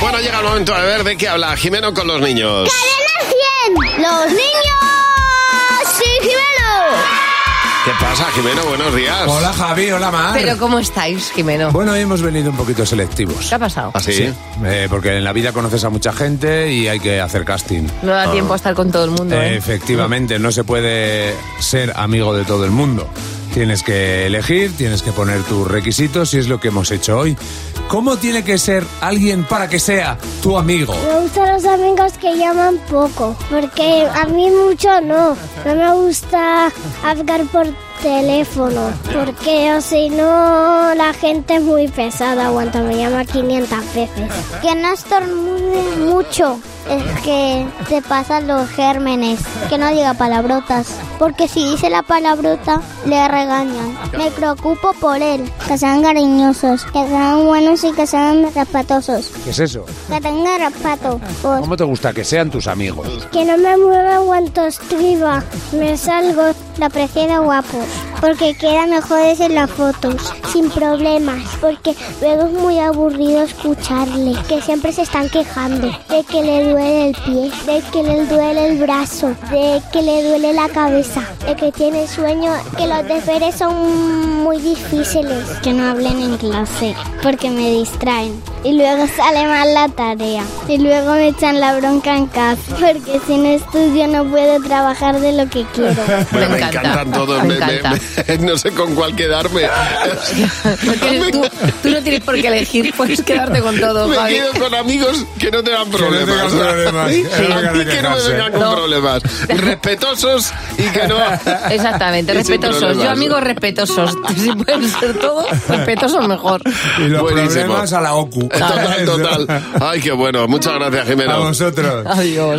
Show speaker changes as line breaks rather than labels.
Bueno, llega el momento de ver de qué habla Jimeno con los niños.
¡Cadena 100! ¡Los niños! ¡Sí,
¿Qué pasa, Jimeno? Buenos días.
Hola Javi, hola Mar.
Pero ¿cómo estáis, Jimeno?
Bueno, hoy hemos venido un poquito selectivos.
¿Qué ha pasado?
¿Así?
Sí, eh, porque en la vida conoces a mucha gente y hay que hacer casting.
No da tiempo a estar con todo el mundo.
Eh,
¿eh?
Efectivamente, no se puede ser amigo de todo el mundo. Tienes que elegir, tienes que poner tus requisitos y es lo que hemos hecho hoy. ¿Cómo tiene que ser alguien para que sea tu amigo?
Me gustan los amigos que llaman poco, porque a mí mucho no. No me gusta hablar por teléfono, porque o si no la gente es muy pesada, aguanta, me llama 500 veces. Que no estornude mucho, es que te pasan los gérmenes, que no diga palabrotas, porque si dice la palabrota le regañan. Me preocupo por él. Que sean cariñosos, que sean buenos y que sean respetosos.
¿Qué es eso?
Que tenga respeto.
¿Cómo te gusta que sean tus amigos?
pues, Que no me mueva cuanto estriba. Me salgo la prefiero guapo. Porque quedan mejores en las fotos. Sin problemas. Porque luego es muy aburrido escucharle. Que siempre se están quejando. De que le duele el pie. De que le duele el brazo. De que le duele la cabeza. De que tiene sueño. Que los deberes son muy difíciles. Que no hablen en clase. Porque me distraen. Y luego sale mal la tarea. Y luego me echan la bronca en casa. Porque si no estudio no puedo trabajar de lo que quiero.
Bueno, me,
Me encanta,
encantan todos.
me
me- me-
encanta.
me- no sé con cuál quedarme.
No tienes- tú, tú no tienes por qué elegir, puedes quedarte con todo,
me
Javi.
quedo con amigos que no tengan
no tengan
problemas.
problemas,
Sí.
que no tengan
Y que no me
quejarse.
vengan con
No.
problemas. Respetosos y que no.
Exactamente,
Y sin
respetuosos.
problemas.
Yo, amigos, respetuosos. Si pueden ser todos, respetuosos mejor.
Y los
Buenísimo.
problemas a la OCU.
Total, total. Ay, qué bueno. Muchas gracias, Jimeno.
A vosotros.
Adiós.